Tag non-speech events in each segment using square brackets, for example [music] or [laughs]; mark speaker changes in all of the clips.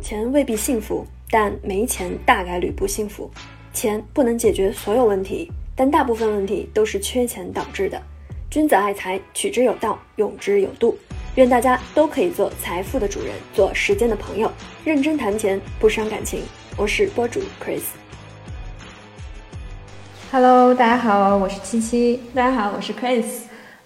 Speaker 1: 钱未必幸福，但没钱大概率不幸福。钱不能解决所有问题，但大部分问题都是缺钱导致的。君子爱财，取之有道，用之有度。愿大家都可以做财富的主人，做时间的朋友，认真谈钱，不伤感情。我是播主 Chris。
Speaker 2: Hello，大家好，我是七七。
Speaker 3: 大家好，我是 Chris。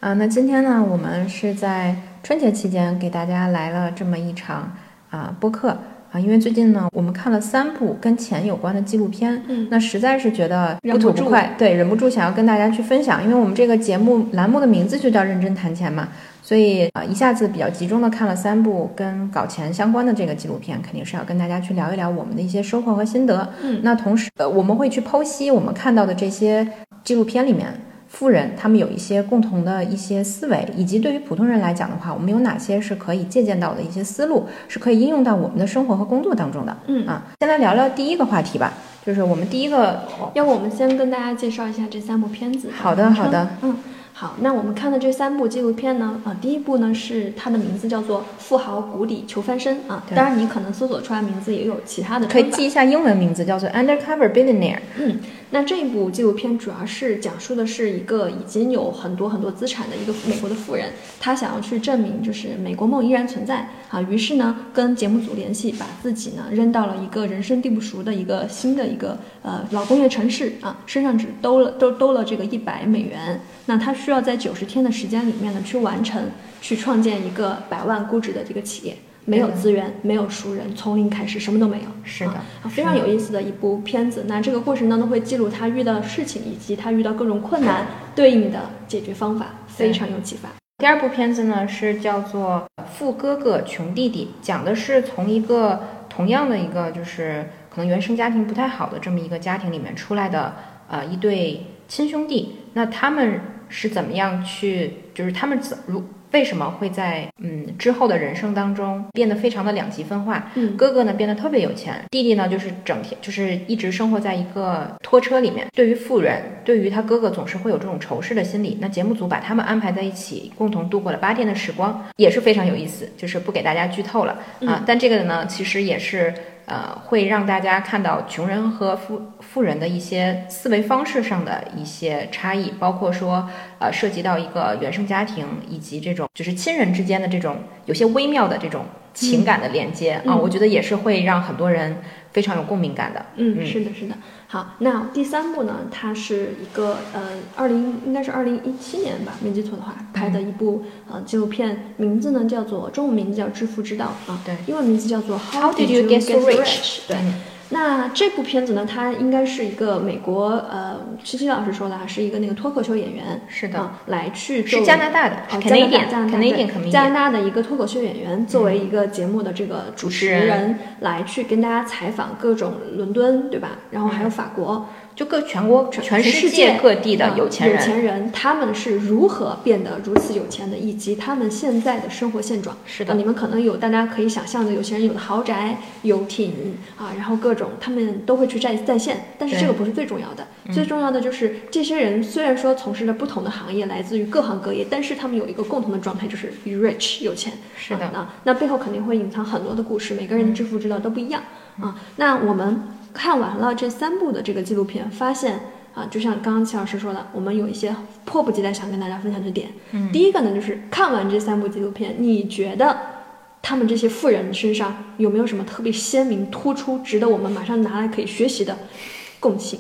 Speaker 2: 啊，那今天呢，我们是在春节期间给大家来了这么一场啊播客啊，因为最近呢，我们看了三部跟钱有关的纪录片，
Speaker 3: 嗯
Speaker 2: 那实在是觉得不
Speaker 3: 忍
Speaker 2: 吐
Speaker 3: 不
Speaker 2: 不
Speaker 3: 住
Speaker 2: 快，对，忍不住想要跟大家去分享，因为我们这个节目栏目的名字就叫“认真谈钱”嘛，所以啊，一下子比较集中的看了三部跟搞钱相关的这个纪录片，肯定是要跟大家去聊一聊我们的一些收获和心得。
Speaker 3: 嗯
Speaker 2: 那同时，呃，我们会去剖析我们看到的这些纪录片里面富人他们有一些共同的一些思维，以及对于普通人来讲的话，我们有哪些是可以借鉴到的一些思路，是可以应用到我们的生活和工作当中的。
Speaker 3: 嗯
Speaker 2: 啊，先来聊聊第一个话题吧，就是我们第一个
Speaker 3: 要不我们先跟大家介绍一下这三部片子。
Speaker 2: 好的好的，
Speaker 3: 嗯，好。那我们看的这三部纪录片呢，啊、第一部呢是它的名字叫做《富豪谷底求翻身》啊，
Speaker 2: 对
Speaker 3: 当然你可能搜索出来名字也有其他的
Speaker 2: 可以
Speaker 3: 称法
Speaker 2: 记一下英文名字，叫做 Undercover Billionaire。
Speaker 3: 嗯，那这部纪录片主要是讲述的是一个已经有很多很多资产的一个美国的富人，他想要去证明就是美国梦依然存在啊，于是呢跟节目组联系，把自己呢扔到了一个人生地不熟的一个新的一个呃老工业城市啊，身上只兜了兜兜了这个一百美元，那他需要在九十天的时间里面呢去完成，去创建一个百万估值的这个企业。没有
Speaker 2: 对的
Speaker 3: 资源，没有熟人，从零开始，什么都没有。
Speaker 2: 嗯是的
Speaker 3: 啊啊
Speaker 2: 是
Speaker 3: 非常有意思的一部片子。那这个过程当中会记录他遇到的事情，以及他遇到各种困难对应的解决方法，
Speaker 2: 对
Speaker 3: 非常有启发。
Speaker 2: 第二部片子呢是叫做《富哥哥穷弟弟》，讲的是从一个同样的一个就是可能原生家庭不太好的这么一个家庭里面出来的呃一对亲兄弟，那他们是怎么样去，就是他们怎如为什么会在嗯之后的人生当中变得非常的两极分化？
Speaker 3: 嗯
Speaker 2: 哥哥呢变得特别有钱，弟弟呢就是整天就是一直生活在一个拖车里面。对于富人，对于他哥哥总是会有这种仇视的心理。那节目组把他们安排在一起，共同度过了八天的时光，也是非常有意思，就是不给大家剧透了、啊
Speaker 3: 嗯。
Speaker 2: 但这个呢，其实也是。呃，会让大家看到穷人和富富人的一些思维方式上的一些差异，包括说，呃，涉及到一个原生家庭以及这种就是亲人之间的这种有些微妙的这种情感的连接、啊，
Speaker 3: 嗯
Speaker 2: 我觉得也是会让很多人非常有共鸣感的。嗯
Speaker 3: 嗯，是的，是的。好，那第三部呢，它是一个呃，二零应该是二零一七年吧，没记错的话
Speaker 2: 嗯
Speaker 3: 拍的一部、呃纪录片，名字呢叫做中文名字叫《致富之道》啊，
Speaker 2: 对
Speaker 3: 英文名字叫做 How
Speaker 2: How did
Speaker 3: did
Speaker 2: you
Speaker 3: you
Speaker 2: get
Speaker 3: get
Speaker 2: so
Speaker 3: so
Speaker 2: rich？
Speaker 3: rich？对。
Speaker 2: 嗯
Speaker 3: 那这部片子呢，它应该是一个美国呃，七七老师说的啊，是一个那个脱口秀演员，
Speaker 2: 是的
Speaker 3: 啊来去作
Speaker 2: 是
Speaker 3: 为
Speaker 2: 加拿大的
Speaker 3: 哦，加拿大，加拿大对
Speaker 2: Canadian，Canadian
Speaker 3: 加
Speaker 2: comedian，
Speaker 3: 拿大的一个脱口秀演员，作为一个节目的这个主持
Speaker 2: 持
Speaker 3: 人来去跟大家采访各种伦敦，对吧？然后还有法国，
Speaker 2: 就各全国嗯全世界
Speaker 3: 界
Speaker 2: 各地的
Speaker 3: 啊
Speaker 2: 有
Speaker 3: 有
Speaker 2: 钱人，
Speaker 3: 人他们是如何变得如此有钱的，以及他们现在的生活现状。
Speaker 2: 是
Speaker 3: 啊
Speaker 2: 的，
Speaker 3: 你们可能有大家可以想象的，有些人有的豪宅、游艇啊，然后各种他们都会去在在线，但是
Speaker 2: 对嗯
Speaker 3: 这个不是最重要的，最重要的就是这些人虽然说从事着不同的行业，来自于各行各业，但是他们有一个共同的状态，就是 rich 有钱。
Speaker 2: 是的，
Speaker 3: 啊，那背后肯定会隐藏很多的故事，每个人的致富之道都不一样啊。那我们看完了这三部的这个纪录片，发现啊，就像刚刚齐老师说的，我们有一些迫不及待想跟大家分享的点。
Speaker 2: 嗯
Speaker 3: 第一个呢，就是看完这三部纪录片，你觉得他们这些富人身上有没有什么特别鲜明、突出、值得我们马上拿来可以学习的共性？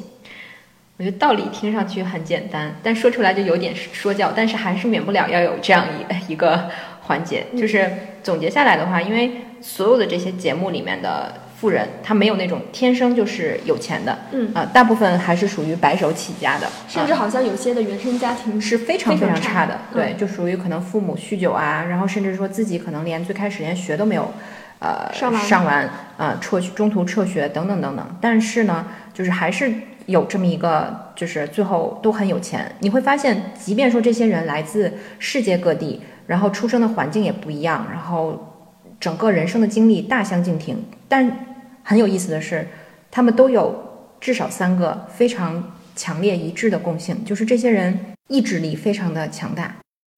Speaker 2: 我觉得道理听上去很简单，但说出来就有点说教，但是还是免不了要有这样一一个环节。就是总结下来的话，因为所有的这些节目里面的富人，他没有那种天生就是有钱的，
Speaker 3: 嗯
Speaker 2: 啊、大部分还是属于白手起家的，
Speaker 3: 甚
Speaker 2: 啊
Speaker 3: 至好像有些的原生家庭
Speaker 2: 是非常非
Speaker 3: 非
Speaker 2: 常
Speaker 3: 常
Speaker 2: 差
Speaker 3: 差
Speaker 2: 的，
Speaker 3: 嗯
Speaker 2: 对，就属于可能父母酗酒啊，然后甚至说自己可能连最开始连学都没有，呃，
Speaker 3: 上完
Speaker 2: 上完啊，撤、学中途撤学等等等等。但是呢，就是还是有这么一个，就是最后都很有钱。你会发现，即便说这些人来自世界各地，然后出生的环境也不一样，然后整个人生的经历大相径庭，但很有意思的是，他们都有至少三个非常强烈一致的共性，就是这些人意志力非常的强大。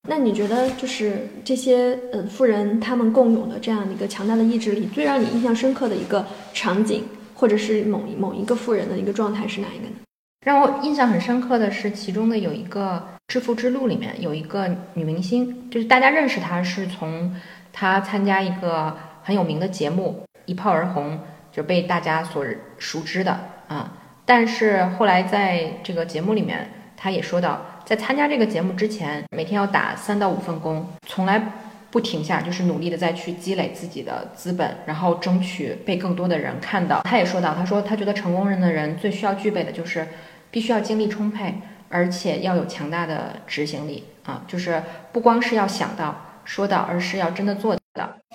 Speaker 3: 那你觉得就是这些嗯富人他们共有的这样的一个强大的意志力，最让你印象深刻的一个场景，或者是某一某一个富人的一个状态是哪一个呢？
Speaker 2: 让我印象很深刻的是，其中的有一个《致富之路》里面有一个女明星，就是大家认识她是从她参加一个很有名的节目一炮而红，就被大家所熟知的啊。但是后来在这个节目里面，她也说到，在参加这个节目之前，每天要打三到五份工，从来不停下，就是努力的再去积累自己的资本，然后争取被更多的人看到。她也说到，她说她觉得成功人的人最需要具备的就是必须要精力充沛，而且要有强大的执行力啊，就是不光是要想到、说到，而是要真的做到。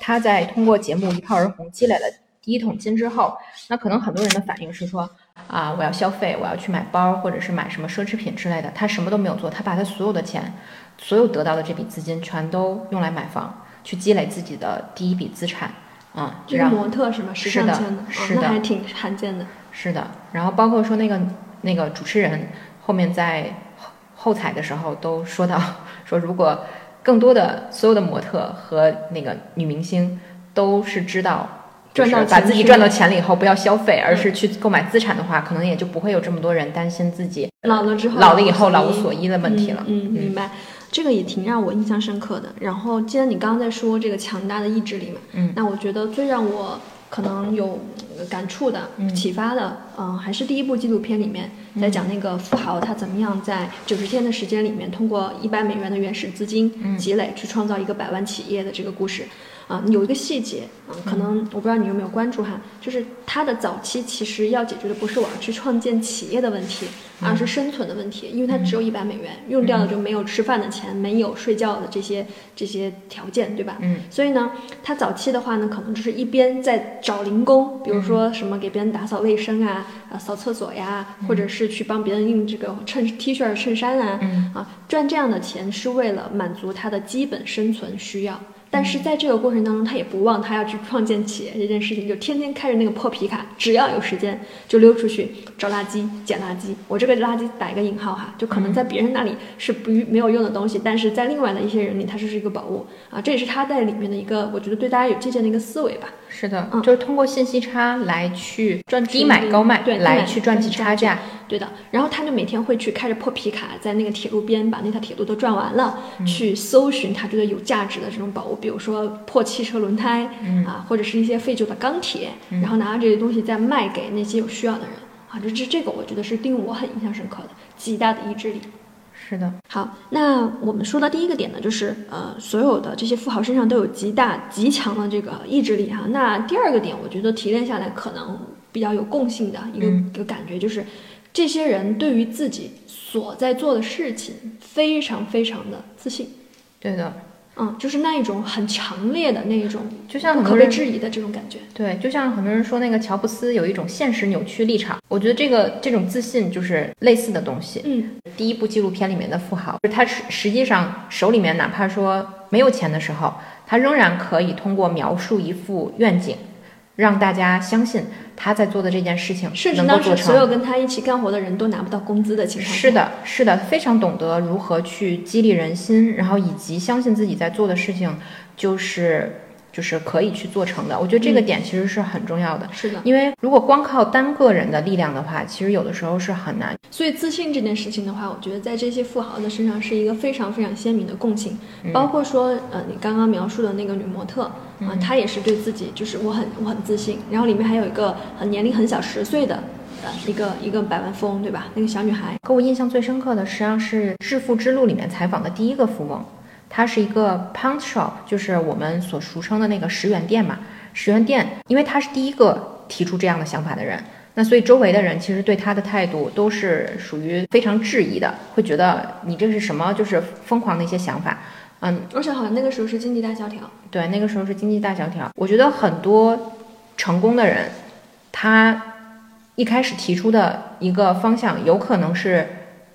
Speaker 2: 他在通过节目一炮而红，积累了第一桶金之后，那可能很多人的反应是说啊，我要消费，我要去买包，或者是买什么奢侈品之类的。他什么都没有做，他把他所有的钱、所有得到的这笔资金全都用来买房，去积累自己的第一笔资产啊，
Speaker 3: 就
Speaker 2: 这
Speaker 3: 是
Speaker 2: 让
Speaker 3: 模特是吗？时
Speaker 2: 是
Speaker 3: 尚
Speaker 2: 的
Speaker 3: 圈的，
Speaker 2: 是
Speaker 3: 哦，那
Speaker 2: 的
Speaker 3: 还挺罕见的。
Speaker 2: 是的，然后包括说那个那个主持人后面在后后采的时候都说到， [laughs] 说如果更多的所有的模特和那个女明星都是知道。就
Speaker 3: 赚
Speaker 2: 是嗯
Speaker 3: 到
Speaker 2: 把
Speaker 3: 钱
Speaker 2: 自己
Speaker 3: 是
Speaker 2: 赚
Speaker 3: 吗
Speaker 2: 到钱了以后，不要消费，而是去购买资产的话，可能也就不会有这么多人担心自己
Speaker 3: 老了之后，
Speaker 2: 老了以后老无所依的问题了。
Speaker 3: 嗯，嗯明白。这个也挺让我印象深刻的。然后，既然你刚刚在说这个强大的意志力嘛，
Speaker 2: 嗯
Speaker 3: 那我觉得最让我可能有呃感触的、
Speaker 2: 嗯
Speaker 3: 启发的，嗯、还是第一部纪录片里面在讲那个富豪他怎么样在九十天的时间里面，通过一百美元的原始资
Speaker 2: 嗯
Speaker 3: 金积累，去创造一个百万企业的这个故事。啊、有一个细节啊、可能我不知道你有没有关注哈，就是他的早期其实要解决的不是我要去创建企业的问题，而是生存的问题，因为他只有一百美元，用掉了就没有吃饭的钱，没有睡觉的这些这些条件，对吧？
Speaker 2: 嗯，
Speaker 3: 所以呢，他早期的话呢，可能就是一边在找零工，比如说什么给别人打扫卫生啊，啊扫厕所呀，或者是去帮别人印这个衬 T 恤、衬衫啊，
Speaker 2: 嗯
Speaker 3: 啊，赚这样的钱是为了满足他的基本生存需要。但是在这个过程当中，他也不忘他要去创建企业这件事情，就天天开着那个破皮卡，只要有时间就溜出去找垃圾、捡垃圾。我这个垃圾打一个引号哈，就可能在别人那里是不没有用的东西，但是在另外的一些人里，它就是一个宝物啊。这也是他在里面的一个，我觉得对大家有借鉴的一个思维吧。
Speaker 2: 是的，
Speaker 3: 嗯
Speaker 2: 就是通过信息差来去
Speaker 3: 赚
Speaker 2: 低买高卖，
Speaker 3: 对低买
Speaker 2: 来去赚
Speaker 3: 高
Speaker 2: 取
Speaker 3: 卖
Speaker 2: 差价。
Speaker 3: 对的，然后他就每天会去开着破皮卡，在那个铁路边把那条铁路都转完了，
Speaker 2: 嗯
Speaker 3: 去搜寻他觉得有价值的这种宝物，比如说破汽车轮胎、
Speaker 2: 嗯
Speaker 3: 啊，或者是一些废旧的钢铁，然后拿着这些东西再卖给那些有需要的人啊，这这这个我觉得是令我很印象深刻的，极大的意志力。
Speaker 2: 是的，
Speaker 3: 好，那我们说到第一个点呢，就是呃，所有的这些富豪身上都有极大极强的这个意志力哈。那第二个点，我觉得提炼下来可能比较有共性的一个、
Speaker 2: 嗯
Speaker 3: 一个感觉，就是这些人对于自己所在做的事情非常非常的自信，
Speaker 2: 对的，
Speaker 3: 嗯，就是那一种很强烈的那一种
Speaker 2: 就像
Speaker 3: 不
Speaker 2: 很
Speaker 3: 可
Speaker 2: 多
Speaker 3: 被
Speaker 2: 人
Speaker 3: 质疑的这种感觉。
Speaker 2: 对，就像很多人说那个乔布斯有一种现实扭曲立场，我觉得这个这种自信就是类似的东西。
Speaker 3: 嗯
Speaker 2: 第一部纪录片里面的富豪，就是他实实际上手里面哪怕说没有钱的时候，他仍然可以通过描述一幅愿景，让大家相信他在做的这件事情
Speaker 3: 甚至
Speaker 2: 能够
Speaker 3: 当
Speaker 2: 做
Speaker 3: 时所有
Speaker 2: 成。
Speaker 3: 跟他一起干活的人都拿不到工资的情况下，
Speaker 2: 是的，是的，非常懂得如何去激励人心，然后以及相信自己在做的事情就是就是可以去做成的。我觉
Speaker 3: 嗯
Speaker 2: 得这个点其实是很重要的。
Speaker 3: 是的，
Speaker 2: 因为如果光靠单个人的力量的话，其实有的时候是很难。
Speaker 3: 所以自信这件事情的话，我觉得在这些富豪的身上是一个非常非常鲜明的共性，
Speaker 2: 嗯
Speaker 3: 包括说，呃，你刚刚描述的那个女模特，啊、
Speaker 2: 嗯
Speaker 3: 她也是对自己就是我很我很自信，然后里面还有一个很年龄很小十岁的，呃，一个一个百万富翁，对吧？那个小女孩，
Speaker 2: 给我印象最深刻的，实际上是《致富之路》里面采访的第一个富翁，他是一个 pound shop，就是我们所俗称的那个十元店嘛。十元店，因为他是第一个提出这样的想法的人，那所以周围的人其实对他的态度都是属于非常质疑的，会觉得你这是什么，就是疯狂的一些想法。嗯，
Speaker 3: 而且好像那个时候是经济大萧条，
Speaker 2: 对，那个时候是经济大萧条。我觉得很多成功的人，他一开始提出的一个方向，有可能是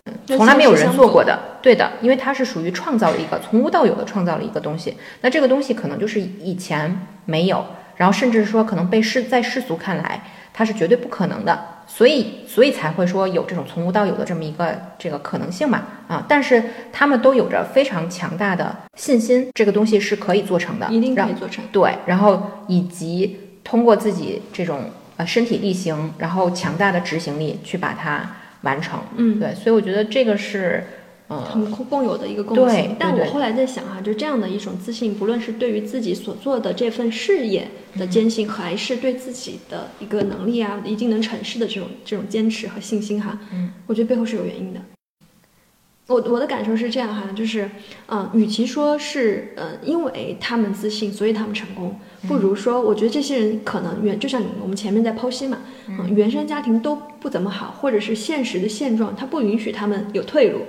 Speaker 2: 嗯
Speaker 3: 跟
Speaker 2: 从来没有
Speaker 3: 现实
Speaker 2: 人
Speaker 3: 相
Speaker 2: 做
Speaker 3: 悖
Speaker 2: 过的。对的，因为它是属于创造了一个从无到有的创造了一个东西。那这个东西可能就是以前没有，然后甚至说可能被世在世俗看来它是绝对不可能的，所以所以才会说有这种从无到有的这么一个这个可能性嘛啊，但是他们都有着非常强大的信心，这个东西是可以做成的，
Speaker 3: 一定可
Speaker 2: 让
Speaker 3: 以做成。
Speaker 2: 对，然后以及通过自己这种呃身体力行，然后强大的执行力去把它完成。
Speaker 3: 嗯，
Speaker 2: 对，所以我觉得这个是，呃，
Speaker 3: 我们共共有的一个共
Speaker 2: 对
Speaker 3: 性
Speaker 2: 对。
Speaker 3: 但我
Speaker 2: 对
Speaker 3: 后来在想哈、就这样的一种自信，不论是对于自己所做的这份事业
Speaker 2: 嗯
Speaker 3: 的坚信，还是对自己的一个能力啊，一定能成事的这种这种坚持和信心哈、
Speaker 2: 嗯，
Speaker 3: 我觉得背后是有原因的。我我的感受是这样哈、就是，嗯、与其说是呃，因为他们自信，所以他们成功，
Speaker 2: 嗯
Speaker 3: 不如说，我觉得这些人可能原就像你我们前面在剖析嘛，嗯，原生家庭都不怎么好，或者是现实的现状，它不允许他们有退路，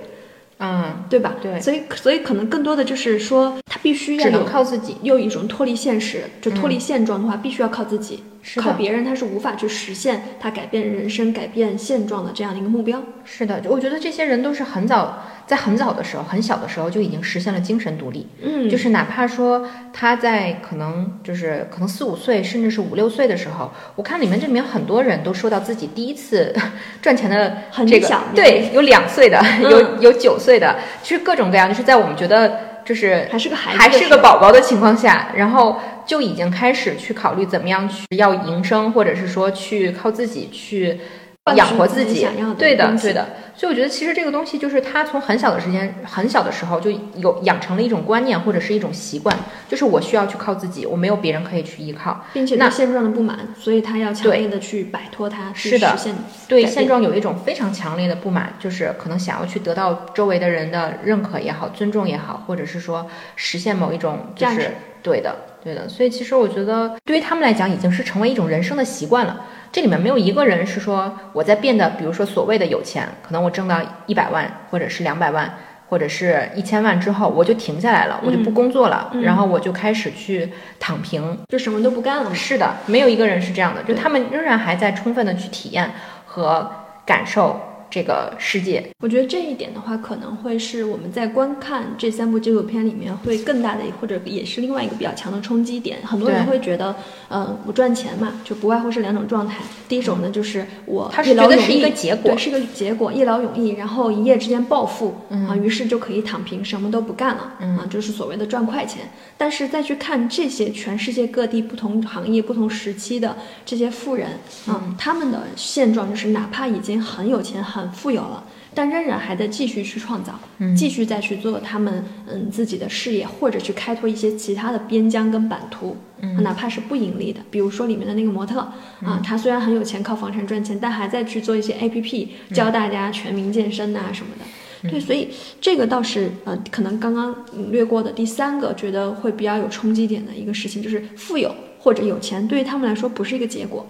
Speaker 2: 嗯，
Speaker 3: 对吧？
Speaker 2: 对
Speaker 3: 所以所以可能更多的就是说，他必须要
Speaker 2: 只能
Speaker 3: 有
Speaker 2: 靠自己。嗯
Speaker 3: 又一种脱离现实，就脱离现状的话，必须要靠自己，
Speaker 2: 是
Speaker 3: 靠
Speaker 2: 的，
Speaker 3: 别人他是无法去实现他改变人生、改变现状的这样的一个目标。
Speaker 2: 是的，我觉得这些人都是很早，在很早的时候，很小的时候就已经实现了精神独立。
Speaker 3: 嗯，
Speaker 2: 就是哪怕说他在可能就是可能四五岁，甚至是五六岁的时候，我看里面这里面很多人都说到自己第一次 [laughs] 赚钱的
Speaker 3: 很
Speaker 2: 这个
Speaker 3: 小
Speaker 2: 对，有两岁的，
Speaker 3: 嗯
Speaker 2: 有有九岁的，其实各种各样，就是在我们觉得就是
Speaker 3: 还是个孩子，
Speaker 2: 还是个。宝宝的情况下，然后就已经开始去考虑怎么样去要营生，或者是说去靠自己去
Speaker 3: 换取
Speaker 2: 养活
Speaker 3: 自己
Speaker 2: 己
Speaker 3: 想要的。
Speaker 2: 对的
Speaker 3: 东，西
Speaker 2: 对的。所以我觉得其实这个东西就是他从很小的时间、很小的时候就有养成了一种观念或者是一种习惯，就是我需要去靠自己，我没有别人可以去依靠。
Speaker 3: 并且
Speaker 2: 那
Speaker 3: 对现状的不满，所以他要强
Speaker 2: 对
Speaker 3: 烈的去摆脱它，去
Speaker 2: 是的
Speaker 3: 实现
Speaker 2: 对
Speaker 3: 改变
Speaker 2: 现状有一种非常强烈的不满，就是可能想要去得到周围的人的认可也好、尊重也好，或者是说实现某一种就
Speaker 3: 价
Speaker 2: 是
Speaker 3: 值
Speaker 2: 对的、对的。所以其实我觉得，对于他们来讲，已经是成为一种人生的习惯了。这里面没有一个人是说我在变得，比如说所谓的有钱，可能我挣到一百万，或者是两百万，或者是一千万之后，我就停下来了，我就不工作了，
Speaker 3: 嗯
Speaker 2: 然后我就开始去躺平，
Speaker 3: 就什么都不干了嘛。
Speaker 2: 是的，没有一个人是这样的，就
Speaker 3: 对
Speaker 2: 他们仍然还在充分的去体验和感受这个世界。
Speaker 3: 我觉得这一点的话，可能会是我们在观看这三部纪录片里面会更大的，或者也是另外一个比较强的冲击点。很多人
Speaker 2: 对
Speaker 3: 会觉得，嗯、我赚钱嘛，就不外乎是两种状态。第一种呢，就是我
Speaker 2: 他是
Speaker 3: 一劳
Speaker 2: 觉得
Speaker 3: 永
Speaker 2: 是一
Speaker 3: 逸
Speaker 2: 个结果
Speaker 3: 对，是个结果，一劳永逸，然后一夜之间暴富、
Speaker 2: 嗯
Speaker 3: 啊，于是就可以躺平，什么都不干了、
Speaker 2: 嗯
Speaker 3: 啊，就是所谓的赚快钱。但是再去看这些全世界各地不同行业、不同时期的这些富人啊，
Speaker 2: 嗯
Speaker 3: 他们的现状就是，哪怕已经很有钱、很富有了。但仍然还在继续去创造，
Speaker 2: 嗯
Speaker 3: 继续再去做他们嗯自己的事业，或者去开拓一些其他的边疆跟版图，
Speaker 2: 嗯
Speaker 3: 啊哪怕是不盈利的，比如说里面的那个模特啊，他虽然很有钱，靠房产赚钱，但还在去做一些 APP 教大家全民健身呐、什么的。对，所以这个倒是呃，可能刚刚嗯略过的第三个，觉得会比较有冲击点的一个事情，就是富有或者有钱对于他们来说不是一个结果，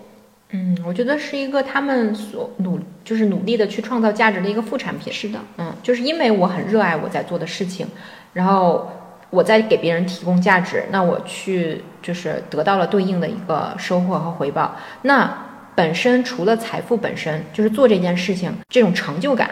Speaker 2: 嗯，我觉得是一个他们所努就是努力的去创造价值的一个副产品。
Speaker 3: 是的，
Speaker 2: 嗯，就是因为我很热爱我在做的事情，然后我在给别人提供价值，那我去就是得到了对应的一个收获和回报。那本身除了财富本身，就是做这件事情这种成就感，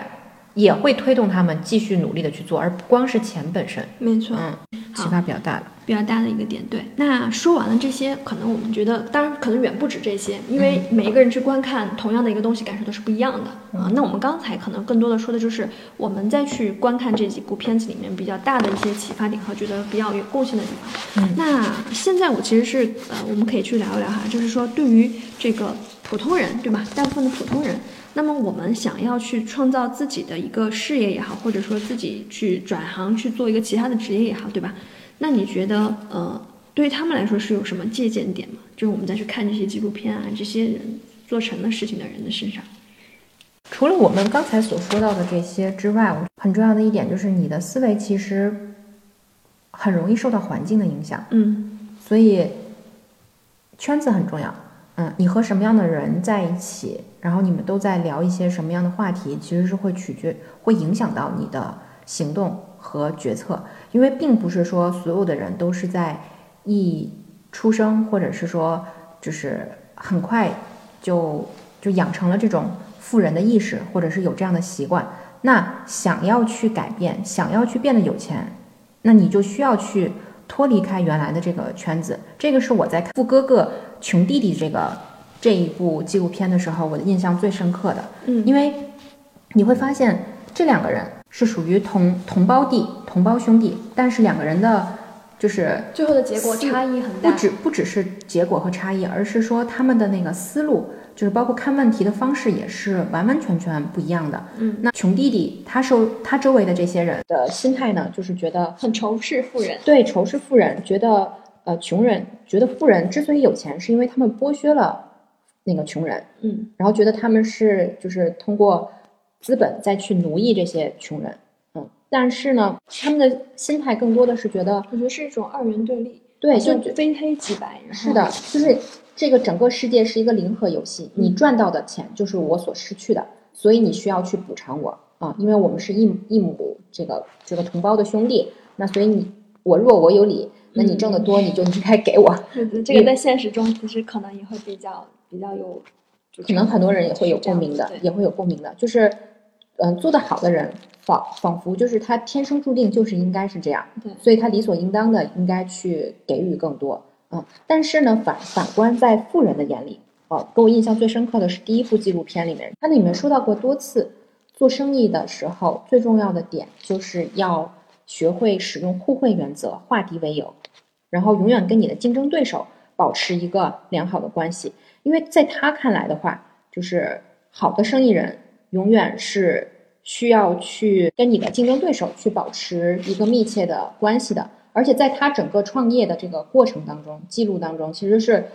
Speaker 2: 也会推动他们继续努力的去做，而不光是钱本身。
Speaker 3: 没错。
Speaker 2: 嗯，
Speaker 3: 好
Speaker 2: 启发比较大的。
Speaker 3: 比较大的一个点。对，那说完了这些，可能我们觉得，当然可能远不止这些，因为每一个人去观看同样的一个东西，感受都是不一样的啊、那我们刚才可能更多的说的就是我们在去观看这几部片子里面比较大的一些启发点和觉得比较有共性的地方。
Speaker 2: 嗯
Speaker 3: 那现在我其实是呃，我们可以去聊一聊哈，就是说对于这个普通人，对吧？大部分的普通人。那么我们想要去创造自己的一个事业也好，或者说自己去转行去做一个其他的职业也好，对吧？那你觉得，呃，对于他们来说是有什么借鉴点吗？就是我们再去看这些纪录片啊，这些人做成了事情的人的身上，
Speaker 2: 除了我们刚才所说到的这些之外，我很重要的一点就是你的思维其实很容易受到环境的影响。
Speaker 3: 嗯
Speaker 2: 所以圈子很重要。嗯，你和什么样的人在一起，然后你们都在聊一些什么样的话题，其实是会取决会影响到你的行动和决策，因为并不是说所有的人都是在一出生或者是说就是很快就就养成了这种富人的意识，或者是有这样的习惯。那想要去改变，想要去变得有钱，那你就需要去脱离开原来的这个圈子。这个是我在看《富哥哥穷弟弟》这个这一部纪录片的时候，我的印象最深刻的，
Speaker 3: 嗯
Speaker 2: 因为你会发现这两个人是属于同同胞弟、同胞兄弟，但是两个人的就是
Speaker 3: 最后的结果
Speaker 2: 思
Speaker 3: 差异很
Speaker 2: 不
Speaker 3: 大。
Speaker 2: 只不只是结果和差异，而是说他们的那个思路，就是包括看问题的方式也是完完全全不一样的。
Speaker 3: 嗯，
Speaker 2: 那穷弟弟他受他周围的这些人的心态呢，就是觉得
Speaker 3: 很仇视富人，
Speaker 2: 对仇视富人，觉得呃穷人觉得富人之所以有钱，是因为他们剥削了那个穷人，
Speaker 3: 嗯，
Speaker 2: 然后觉得他们是就是通过资本再去奴役这些穷人。嗯，但是呢，他们的心态更多的是觉得
Speaker 3: 我觉得是一种二元对立，
Speaker 2: 对，就
Speaker 3: 就非黑即白。然后
Speaker 2: 是的，，就是这个整个世界是一个零和游戏，你赚到的钱就是我所失去的，所以你需要去补偿我啊，因为我们是一母一母这个这个同胞的兄弟，那所以你我弱我有理，那你挣得多你就应该给我，
Speaker 3: 对对，这个在现实中其实可能也会比较比较有，就
Speaker 2: 可能很多人也会有共鸣的
Speaker 3: 是这样，
Speaker 2: 也会有共鸣的，就是嗯、呃做得好的人仿仿佛就是他天生注定就是应该是这样，
Speaker 3: 对
Speaker 2: 所以他理所应当的应该去给予更多啊、但是呢，反反观在富人的眼里，哦，给我印象最深刻的是第一部纪录片里面，它里面说到过多次，做生意的时候最重要的点就是要学会使用互惠原则，化敌为友，然后永远跟你的竞争对手保持一个良好的关系，因为在他看来的话，就是好的生意人永远是需要去跟你的竞争对手去保持一个密切的关系的，而且在他整个创业的这个过程当中，记录当中其实是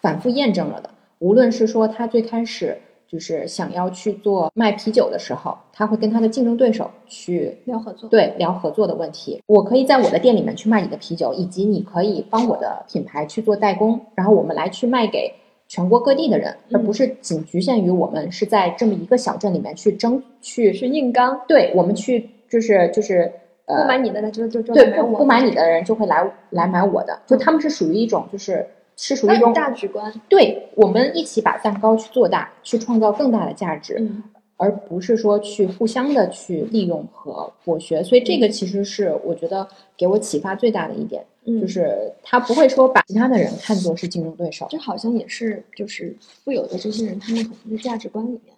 Speaker 2: 反复验证了的。无论是说他最开始就是想要去做卖啤酒的时候，他会跟他的竞争对手去
Speaker 3: 要合作。
Speaker 2: 对聊合作的问题，我可以在我的店里面去卖你的啤酒，以及你可以帮我的品牌去做代工，然后我们来去卖给全国各地的人，
Speaker 3: 嗯
Speaker 2: 而不是仅局限于我们是在这么一个小镇里面去争去
Speaker 3: 是硬刚，
Speaker 2: 对，我们去就是就是呃，
Speaker 3: 不买你的那就就就
Speaker 2: 对
Speaker 3: 来买
Speaker 2: 不
Speaker 3: 我
Speaker 2: 不
Speaker 3: 的嗯
Speaker 2: 买你的人就会来来买我的，就他们是属于一种就是是属于一
Speaker 3: 那
Speaker 2: 种
Speaker 3: 大局观，
Speaker 2: 对我们一起把蛋糕去做大，去创造更大的价值，
Speaker 3: 嗯，
Speaker 2: 而不是说去互相的去利用和剥削。所以这个其实是我觉得给我启发最大的一点，
Speaker 3: 嗯
Speaker 2: 就是他不会说把其他的人看作是竞争对手。
Speaker 3: 这好像也是就是富有的这些人，他们可能在价值观里面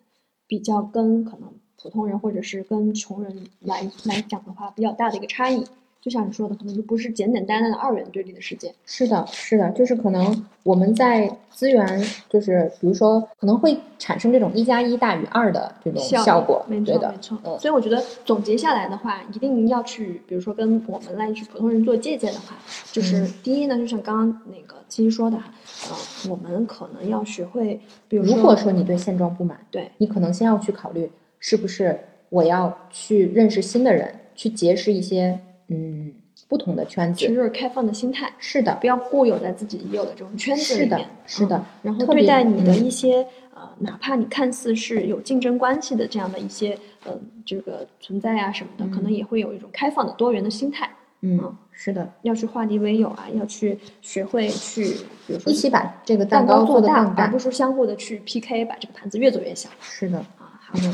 Speaker 3: 比较跟可能普通人或者是跟穷人来来讲的话，比较大的一个差异。就像你说的，可能就不是简简单单的二元对立的世界。
Speaker 2: 是的，是的，就是可能我们在资源，就是比如说可能会产生这种一加一大于二的这种
Speaker 3: 效
Speaker 2: 效果，
Speaker 3: 没
Speaker 2: 对
Speaker 3: 错
Speaker 2: 的
Speaker 3: 没，错。
Speaker 2: 嗯
Speaker 3: 所以我觉得总结下来的话，一定要去，比如说跟我们来去普通人做借鉴的话，就是
Speaker 2: 嗯
Speaker 3: 第一呢，就像刚刚那个七说的哈，呃，我们可能要学会，比如
Speaker 2: 如果说你对现状不满，
Speaker 3: 对
Speaker 2: 你可能先要去考虑是不是我要去认识新的人，去结识一些嗯不同的圈
Speaker 3: 其实
Speaker 2: 子。
Speaker 3: 就是开放的心态，
Speaker 2: 是的，
Speaker 3: 不要固有在自己已有的这种圈子
Speaker 2: 是
Speaker 3: 里
Speaker 2: 的
Speaker 3: 面，，
Speaker 2: 是的
Speaker 3: 嗯。然后
Speaker 2: 特
Speaker 3: 对
Speaker 2: 别
Speaker 3: 待你的
Speaker 2: 嗯
Speaker 3: 一些、呃，哪怕你看似是有竞争关系的这样的一些呃这个存在啊什么的，可能也会有一种开放的多元的心态，
Speaker 2: 嗯，是的，
Speaker 3: 要去化敌为友啊，要去学会去，比如说
Speaker 2: 一起把这个
Speaker 3: 蛋
Speaker 2: 蛋糕
Speaker 3: 做
Speaker 2: 做得更
Speaker 3: 而
Speaker 2: 大
Speaker 3: 不。是相互的去 PK，把这个盘子越做越小
Speaker 2: 是的，
Speaker 3: 啊。好的，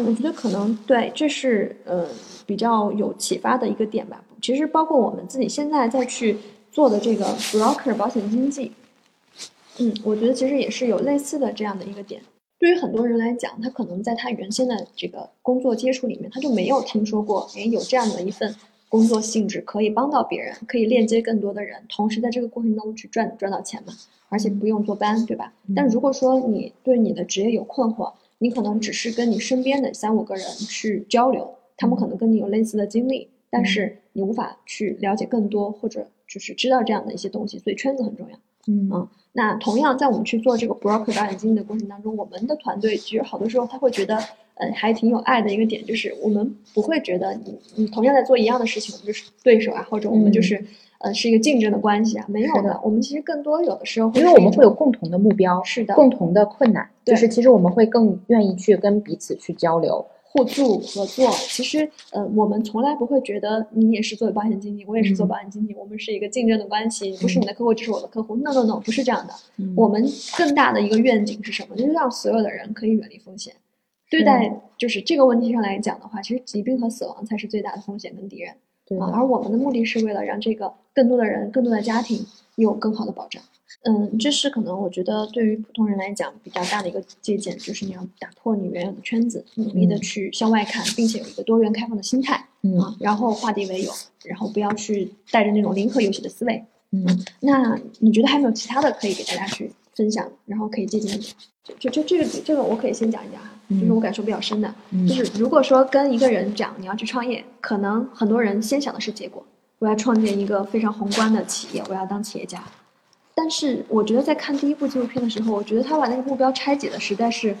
Speaker 3: 嗯，我觉得可能对，这是呃比较有启发的一个点吧。其实包括我们自己现在再去做的这个 broker 保险经纪，嗯，我觉得其实也是有类似的这样的一个点。对于很多人来讲，他可能在他原先的这个工作接触里面，他就没有听说过，哎，有这样的一份工作性质可以帮到别人，可以链接更多的人，同时在这个过程当中去赚赚到钱嘛，而且不用坐班，对吧？但如果说你对你的职业有困惑，你可能只是跟你身边的三五个人去交流，他
Speaker 2: 嗯
Speaker 3: 们可能跟你有类似的经历，但是你无法去了解更多，或者就是知道这样的一些东西，所以圈子很重要。
Speaker 2: [laughs] 嗯
Speaker 3: 那同样，在我们去做这个 broker 导演经理的过程当中，我们的团队其实好多时候他会觉得，呃，还挺有爱的一个点，就是我们不会觉得你你同样在做一样的事情，我们就是对手啊，或者我们
Speaker 2: 嗯
Speaker 3: 就是、呃是一个竞争的关系啊，没有
Speaker 2: 是
Speaker 3: 的
Speaker 2: 的。
Speaker 3: 我们其实更多有的时候
Speaker 2: 因
Speaker 3: 是
Speaker 2: 为我
Speaker 3: 一
Speaker 2: 们
Speaker 3: 种
Speaker 2: 会有共同的目标，
Speaker 3: 是的
Speaker 2: 共同的困难，
Speaker 3: 对
Speaker 2: 就是其实我们会更愿意去跟彼此去交流。
Speaker 3: 互助合作。其实，呃，我们从来不会觉得你也是做保险经纪，我也是做
Speaker 2: 嗯
Speaker 3: 保险经纪，我们是一个竞争的关系，不是你的客户，这是我的客户。No No No，不是这样的。
Speaker 2: 嗯
Speaker 3: 我们更大的一个愿景是什么？就是让所有的人可以远离风险。对
Speaker 2: 是
Speaker 3: 待就是这个问题上来讲的话，其实疾病和死亡才是最大的风险跟敌人
Speaker 2: 对
Speaker 3: 啊。
Speaker 2: 的，
Speaker 3: 而我们的目的是为了让这个更多的人、更多的家庭有更好的保障。嗯，这是可能我觉得对于普通人来讲比较大的一个借鉴，就是你要打破你原有的圈子，努力的去向外看，并且有一个多元开放的心态啊
Speaker 2: 嗯，
Speaker 3: 然后化敌为友，然后不要去带着那种零和游戏的思维。
Speaker 2: 嗯，
Speaker 3: 那你觉得还有没有其他的可以给大家去分享，然后可以借鉴的？就就就这个这个我可以先讲一讲啊，就是我感受比较深的，
Speaker 2: 嗯
Speaker 3: 就是如果说跟一个人讲你要去创业，可能很多人先想的是结果，我要创建一个非常宏观的企业，我要当企业家。但是我觉得在看第一部纪录片的时候，我觉得他把那个目标拆解的实在是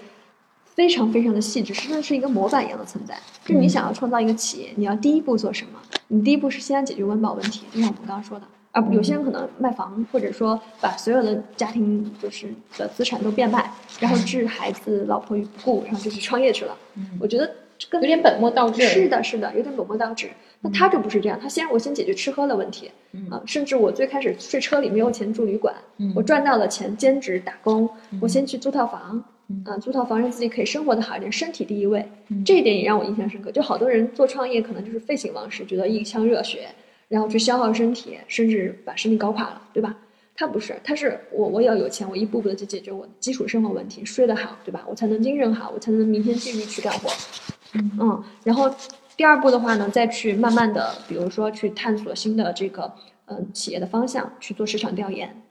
Speaker 3: 非常非常的细致，甚至是一个模板一样的存在。就是你
Speaker 2: 嗯
Speaker 3: 想要创造一个企业，你要第一步做什么？你第一步是先要解决温饱问题，就像我们刚刚说的。而有些人可能卖房，或者说把所有的家庭就是的资产都变卖，然后置孩子、老婆于不顾，然后就去创业去了。我觉得这跟
Speaker 2: 有点本末倒置。
Speaker 3: 是的，是的，有点本末倒置。那他就不是这样，他先我先解决吃喝的问题
Speaker 2: 嗯
Speaker 3: 啊，甚至我最开始睡车里没有钱住旅馆，
Speaker 2: 嗯，
Speaker 3: 我赚到了钱兼职打工，我
Speaker 2: 嗯
Speaker 3: 先去租套房
Speaker 2: 嗯
Speaker 3: 啊，租套房让自己可以生活的好一点，身体第一位，
Speaker 2: 嗯
Speaker 3: 这一点也让我印象深刻。就好多人做创业可能就是废寝忘食，觉得一腔热血，然后去消耗身体，甚至把身体搞垮了，对吧？他不是，他是我，我要有钱，我一步步的去解决我的基础生活问题，睡得好，对吧？我才能精神好，我才能明天继续去干活。嗯，然后第二步的话呢，再去慢慢的，比如说去探索新的这个嗯、呃企业的方向，去做市场调研，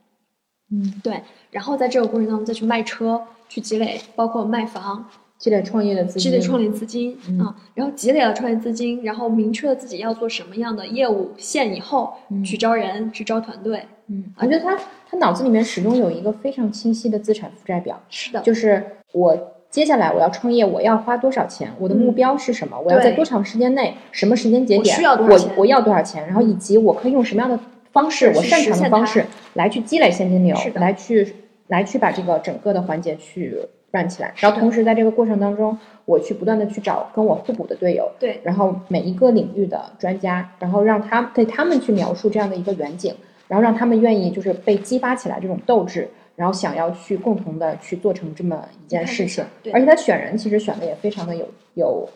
Speaker 2: 嗯，
Speaker 3: 对，然后在这个过程当中再去卖车，去积累，包括卖房，
Speaker 2: 积累创业的资
Speaker 3: 积
Speaker 2: 金，
Speaker 3: 累创业资金啊、
Speaker 2: 嗯
Speaker 3: 然后积累了创业资金，然后明确了自己要做什么样的业务线以后，
Speaker 2: 嗯
Speaker 3: 去招人，去招团队，
Speaker 2: 嗯，我觉得他他脑子里面始终有一个非常清晰的资产负债表，
Speaker 3: 是的，
Speaker 2: 就是我接下来我要创业，我要花多少钱，我的目标是什么，我要在
Speaker 3: 嗯对
Speaker 2: 多长时间内，什么时间节
Speaker 3: 我
Speaker 2: 点，
Speaker 3: 需要多少
Speaker 2: 我
Speaker 3: 钱
Speaker 2: 我要多少钱，然后以及我可以用什么样的方式，
Speaker 3: 是
Speaker 2: 我
Speaker 3: 去
Speaker 2: 擅
Speaker 3: 实
Speaker 2: 长的
Speaker 3: 现
Speaker 2: 方
Speaker 3: 它
Speaker 2: 式来去积累现金流
Speaker 3: 是，的
Speaker 2: 来去来去把这个整个的环节去 run 起来，然后同时在这个过程当中，我去不断的去找跟我互补的队友，
Speaker 3: 对，
Speaker 2: 然后每一个领域的专家，然后让他给他们去描述这样的一个远景，然后让他们愿意就是被激发起来这种斗志，然后想要去共同的去做成这么一件事情
Speaker 3: 对。
Speaker 2: 而且他选人其实选的也非常的有有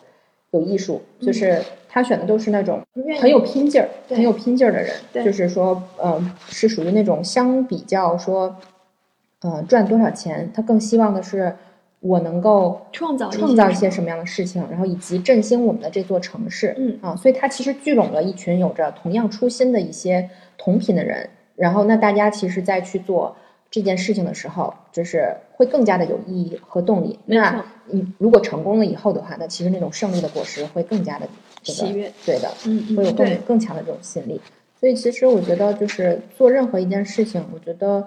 Speaker 2: 有艺术，就是他选的都是那种
Speaker 3: 嗯愿意
Speaker 2: 很有拼劲儿、
Speaker 3: 对
Speaker 2: 很有拼劲儿的人，
Speaker 3: 对
Speaker 2: 就是说，嗯，是属于那种相比较说，呃，赚多少钱，他更希望的是我能够
Speaker 3: 创造
Speaker 2: 创造一些什么样的事情，然后以及振兴我们的这座城市。
Speaker 3: 嗯
Speaker 2: 啊，所以它其实聚拢了一群有着同样初心的一些同频的人。然后，那大家其实，在去做这件事情的时候，就是会更加的有意义和动力。
Speaker 3: 没错
Speaker 2: 那你如果成功了以后的话，那其实那种胜利的果实会更加的这个
Speaker 3: 喜悦，
Speaker 2: 对的，
Speaker 3: 嗯
Speaker 2: 会有
Speaker 3: 嗯，
Speaker 2: 更
Speaker 3: 对，
Speaker 2: 更强的这种吸引力。所以其实我觉得，就是做任何一件事情，我觉得，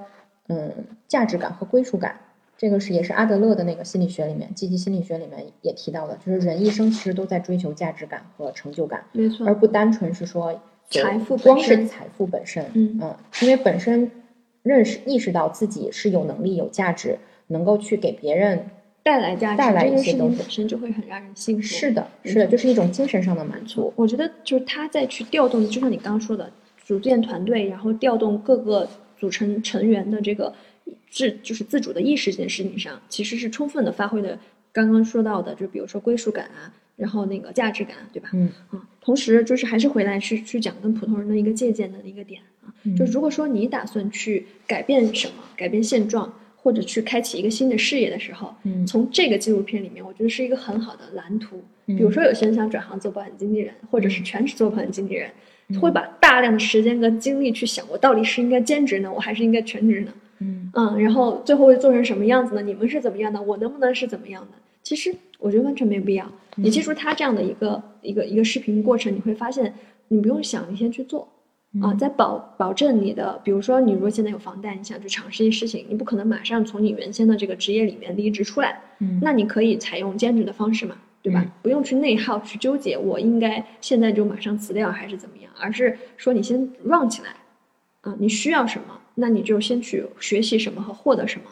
Speaker 2: 嗯，价值感和归属感，这个是也是阿德勒的那个心理学里面，积极心理学里面也提到的，就是人一生其实都在追求价值感和成就感，
Speaker 3: 没错
Speaker 2: 而，不单纯是说
Speaker 3: 嗯财富本
Speaker 2: 光是
Speaker 3: 身
Speaker 2: 财富本身，
Speaker 3: 嗯
Speaker 2: 因为本身认识意识到自己是有能力、有价值，能够去给别人
Speaker 3: 带来价值，
Speaker 2: 带来
Speaker 3: 这
Speaker 2: 一
Speaker 3: 件
Speaker 2: 些
Speaker 3: 事情
Speaker 2: 东西
Speaker 3: 本身就会很让人幸福。
Speaker 2: 是的，
Speaker 3: 没
Speaker 2: 是的，
Speaker 3: 错
Speaker 2: 就是一种精神上的满足，
Speaker 3: 我觉得就是他在去调动，就像你刚刚说的，组建团队，然后调动各个组成成员的这个自就是自主的意识这件事情上，其实是充分的发挥的。刚刚说到的，就比如说归属感啊，然后那个价值感啊，对吧？
Speaker 2: 嗯
Speaker 3: 啊，同时就是还是回来去去讲跟普通人的一个借鉴的一个点啊，
Speaker 2: 嗯
Speaker 3: 就如果说你打算去改变什么，改变现状，或者去开启一个新的事业的时候，
Speaker 2: 嗯
Speaker 3: 从这个纪录片里面，我觉得是一个很好的蓝图。
Speaker 2: 嗯
Speaker 3: 比如说，有些人想转行做保险经纪人，或者是全职做保险经纪人，
Speaker 2: 嗯
Speaker 3: 会把大量的时间跟精力去想，我到底是应该兼职呢，我还是应该全职呢？
Speaker 2: 嗯
Speaker 3: 嗯，然后最后会做成什么样子呢？你们是怎么样的？我能不能是怎么样的？其实我觉得完全没有必要。你记住他这样的一个一个一个视频过程，你会发现你不用想，你先去做啊，
Speaker 2: 嗯
Speaker 3: 在保保证你的，比如说你如果现在有房贷，你想去尝试一些事情，你不可能马上从你原先的这个职业里面离职出来，
Speaker 2: 嗯
Speaker 3: 那你可以采用兼职的方式嘛，对吧？
Speaker 2: 嗯
Speaker 3: 不用去内耗，去纠结我应该现在就马上辞掉还是怎么样，而是说你先 run 起来，啊，你需要什么，那你就先去学习什么和获得什么。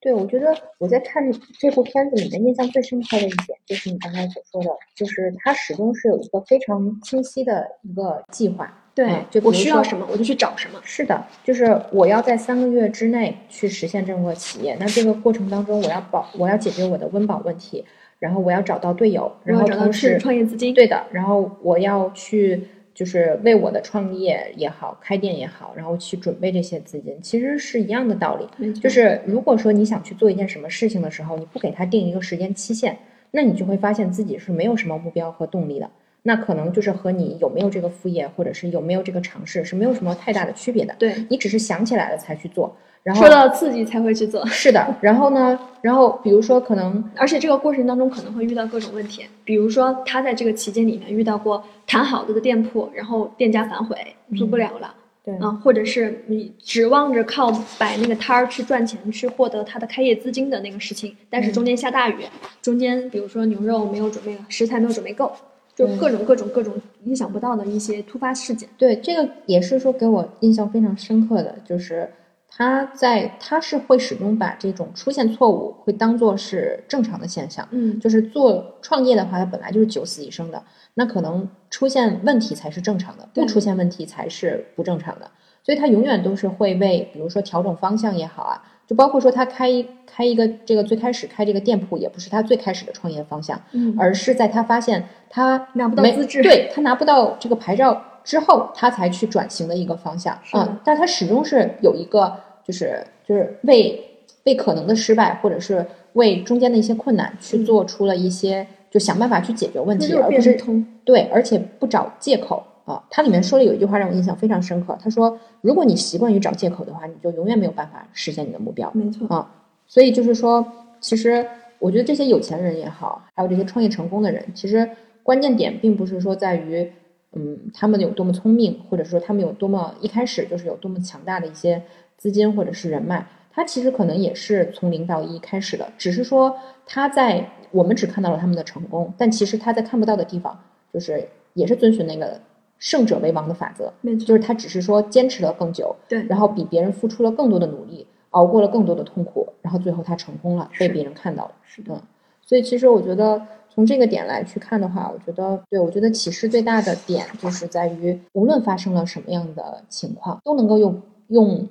Speaker 2: 对，我觉得我在看这部片子里面印象最深刻的一点，就是你刚才所说的，就是它始终是有一个非常清晰的一个计划。嗯就
Speaker 3: 啊
Speaker 2: 比
Speaker 3: 我
Speaker 2: 如
Speaker 3: 需
Speaker 2: 说
Speaker 3: 要什么，我就去找什么。
Speaker 2: 是的，就是我要在三个月之内去实现这个企业。那这个过程当中，我要保，我要解决我的温饱问题，然后我要找到队友，
Speaker 3: 我
Speaker 2: 然
Speaker 3: 要
Speaker 2: 后
Speaker 3: 找到
Speaker 2: 同
Speaker 3: 是
Speaker 2: 时
Speaker 3: 创业资金。
Speaker 2: 对的，然后我要去就是为我的创业也好、开店也好，然后去准备这些资金，其实是一样的道理。
Speaker 3: 没错
Speaker 2: 就是如果说你想去做一件什么事情的时候，你不给它定一个时间期限，那你就会发现自己是没有什么目标和动力的。那可能就是和你有没有这个副业，或者是有没有这个尝试，是没有什么太大的区别的。
Speaker 3: 对，
Speaker 2: 你只是想起来了才去做，然后
Speaker 3: 受到刺激才会去做，
Speaker 2: 是的，然后呢，然后比如说可能
Speaker 3: 而且这个过程当中可能会遇到各种问题，比如说他在这个期间里面遇到过谈好的的店铺，然后店家反悔
Speaker 2: 嗯
Speaker 3: 租不了了。
Speaker 2: 对
Speaker 3: 啊，或者是你指望着靠摆那个摊儿去赚钱，去获得他的开业资金的那个事情，但
Speaker 2: 嗯
Speaker 3: 是中间下大雨，中间比如说牛肉没有准备，食材没有准备够，就
Speaker 2: 对
Speaker 3: 各种各种各种意想不到的一些突发事件。
Speaker 2: 对这个也是说给我印象非常深刻的，就是他在他是会始终把这种出现错误会当做是正常的现象，
Speaker 3: 嗯，
Speaker 2: 就是做创业的话，它本来就是九死一生的，那可能出现问题才是正常的，
Speaker 3: 对
Speaker 2: 不出现问题才是不正常的。所以他永远都是会为，比如说调整方向也好啊，就包括说他开一开一个这个最开始开这个店铺，也不是他最开始的创业方向，
Speaker 3: 嗯
Speaker 2: 而是在他发现他
Speaker 3: 拿不到
Speaker 2: 没
Speaker 3: 资质
Speaker 2: 对他拿不到这个牌照之后，他才去转型的一个方向
Speaker 3: 是的
Speaker 2: 啊、嗯但他始终是有一个，就是就是为为可能的失败，或者是为中间的一些困难去做出了一些，就想办法去解决问
Speaker 3: 那
Speaker 2: 题，
Speaker 3: 嗯就是
Speaker 2: 而不
Speaker 3: 变
Speaker 2: 是
Speaker 3: 通。
Speaker 2: 对，而且不找借口啊。它里面说了有一句话让我印象非常深刻，他说：“如果你习惯于找借口的话，你就永远没有办法实现你的目标。”
Speaker 3: 没错，
Speaker 2: 啊，所以就是说，其实我觉得这些有钱人也好，还有这些创业成功的人，其实关键点并不是说在于，嗯，他们有多么聪明，或者说他们有多么一开始就是有多么强大的一些资金或者是人脉，他其实可能也是从零到一开始的，只是说他在我们只看到了他们的成功，但其实他在看不到的地方，就是也是遵循那个胜者为王的法则，
Speaker 3: 没
Speaker 2: 就
Speaker 3: 错，
Speaker 2: 是他只是说坚持了更久，
Speaker 3: 对
Speaker 2: 然后比别人付出了更多的努力，熬过了更多的痛苦，然后最后他成功了，被
Speaker 3: 是
Speaker 2: 别人看到了。
Speaker 3: 是
Speaker 2: 嗯，所以其实我觉得从这个点来去看的话，我觉得对我觉得启示最大的点就是在于，无论发生了什么样的情况，都能够用用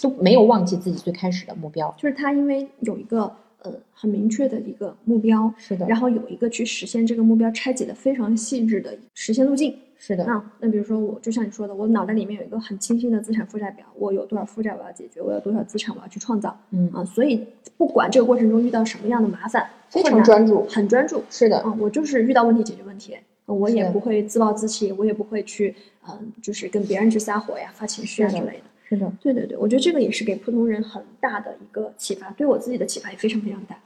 Speaker 2: 都没有忘记自己最开始的目标。
Speaker 3: 就是他因为有一个呃很明确的一个目标，
Speaker 2: 是的，
Speaker 3: 然后有一个去实现这个目标拆解的非常细致的实现路径。
Speaker 2: 是的，
Speaker 3: 啊，那比如说我就像你说的，我脑袋里面有一个很清晰的资产负债表，我有多少负债我要解决，我有多少资产我要去创造
Speaker 2: 嗯，
Speaker 3: 啊，所以不管这个过程中遇到什么样的麻烦，
Speaker 2: 非
Speaker 3: 困
Speaker 2: 常
Speaker 3: 难
Speaker 2: 专注。
Speaker 3: 很专注
Speaker 2: 是的，
Speaker 3: 啊，我就是遇到问题解决问题，啊我
Speaker 2: 是
Speaker 3: 也
Speaker 2: 的
Speaker 3: 不会自暴自弃，我也不会去嗯、就是跟别人去撒火呀、发情绪啊
Speaker 2: 是
Speaker 3: 之
Speaker 2: 的
Speaker 3: 类的。
Speaker 2: 是的，
Speaker 3: 对对对，我觉得这个也是给普通人很大的一个启发，对我自己的启发也非常非常大。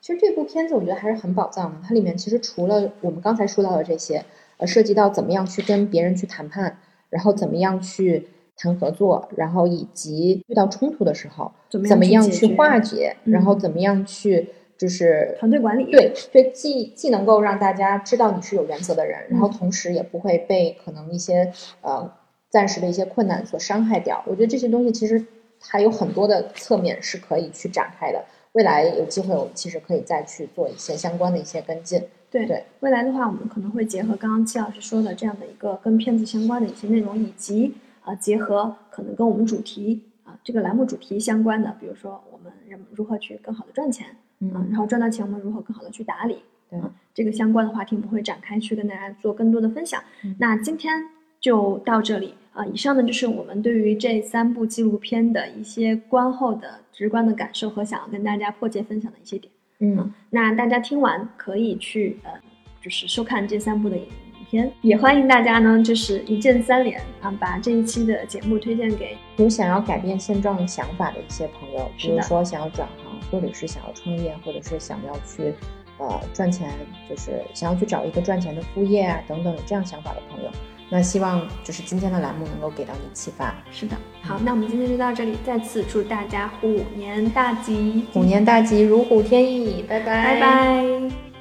Speaker 2: 其实这部片子我觉得还是很宝藏的，它里面其实除了我们刚才说到的这些，呃，涉及到怎么样去跟别人去谈判，然后怎么样去谈合作，然后以及遇到冲突的时候
Speaker 3: 怎么
Speaker 2: 怎么样
Speaker 3: 去解
Speaker 2: 去
Speaker 3: 决
Speaker 2: 化解，
Speaker 3: 嗯
Speaker 2: 然后怎么样去就是
Speaker 3: 团队管理？
Speaker 2: 对，这既既能够让大家知道你是有原则的人，然后同时也不会被可能一些呃暂时的一些困难所伤害掉。我觉得这些东西其实还有很多的侧面是可以去展开的。未来有机会，我们其实可以再去做一些相关的一些跟进。
Speaker 3: 对
Speaker 2: 对
Speaker 3: 未来的话，我们可能会结合刚刚戚老师说的这样的一个跟片子相关的一些内容，以及啊、呃结合可能跟我们主题啊、这个栏目主题相关的，比如说我们人如何去更好的赚钱啊、
Speaker 2: 嗯，
Speaker 3: 然后赚到钱我们如何更好的去打理
Speaker 2: 对
Speaker 3: 啊、这个相关的话题我们会展开去跟大家做更多的分享。
Speaker 2: 嗯
Speaker 3: 那今天就到这里啊、以上呢就是我们对于这三部纪录片的一些观后的直观的感受和想要跟大家破解分享的一些点。
Speaker 2: 嗯，
Speaker 3: 那大家听完可以去呃，就是收看这三部的影片，也欢迎大家呢，就是一键三连啊，把这一期的节目推荐给
Speaker 2: 有想要改变现状想法的一些朋友，比
Speaker 3: 是
Speaker 2: 如
Speaker 3: 的
Speaker 2: 说想要转行，或者是想要创业，或者是想要去呃赚钱，就是想要去找一个赚钱的副业啊等等，有这样想法的朋友，那希望就是今天的栏目能够给到你启发。
Speaker 3: 是的，好，那我们今天就到这里，再次祝大家虎年大吉，
Speaker 2: 虎年大吉，如虎添翼，拜拜，
Speaker 3: 拜拜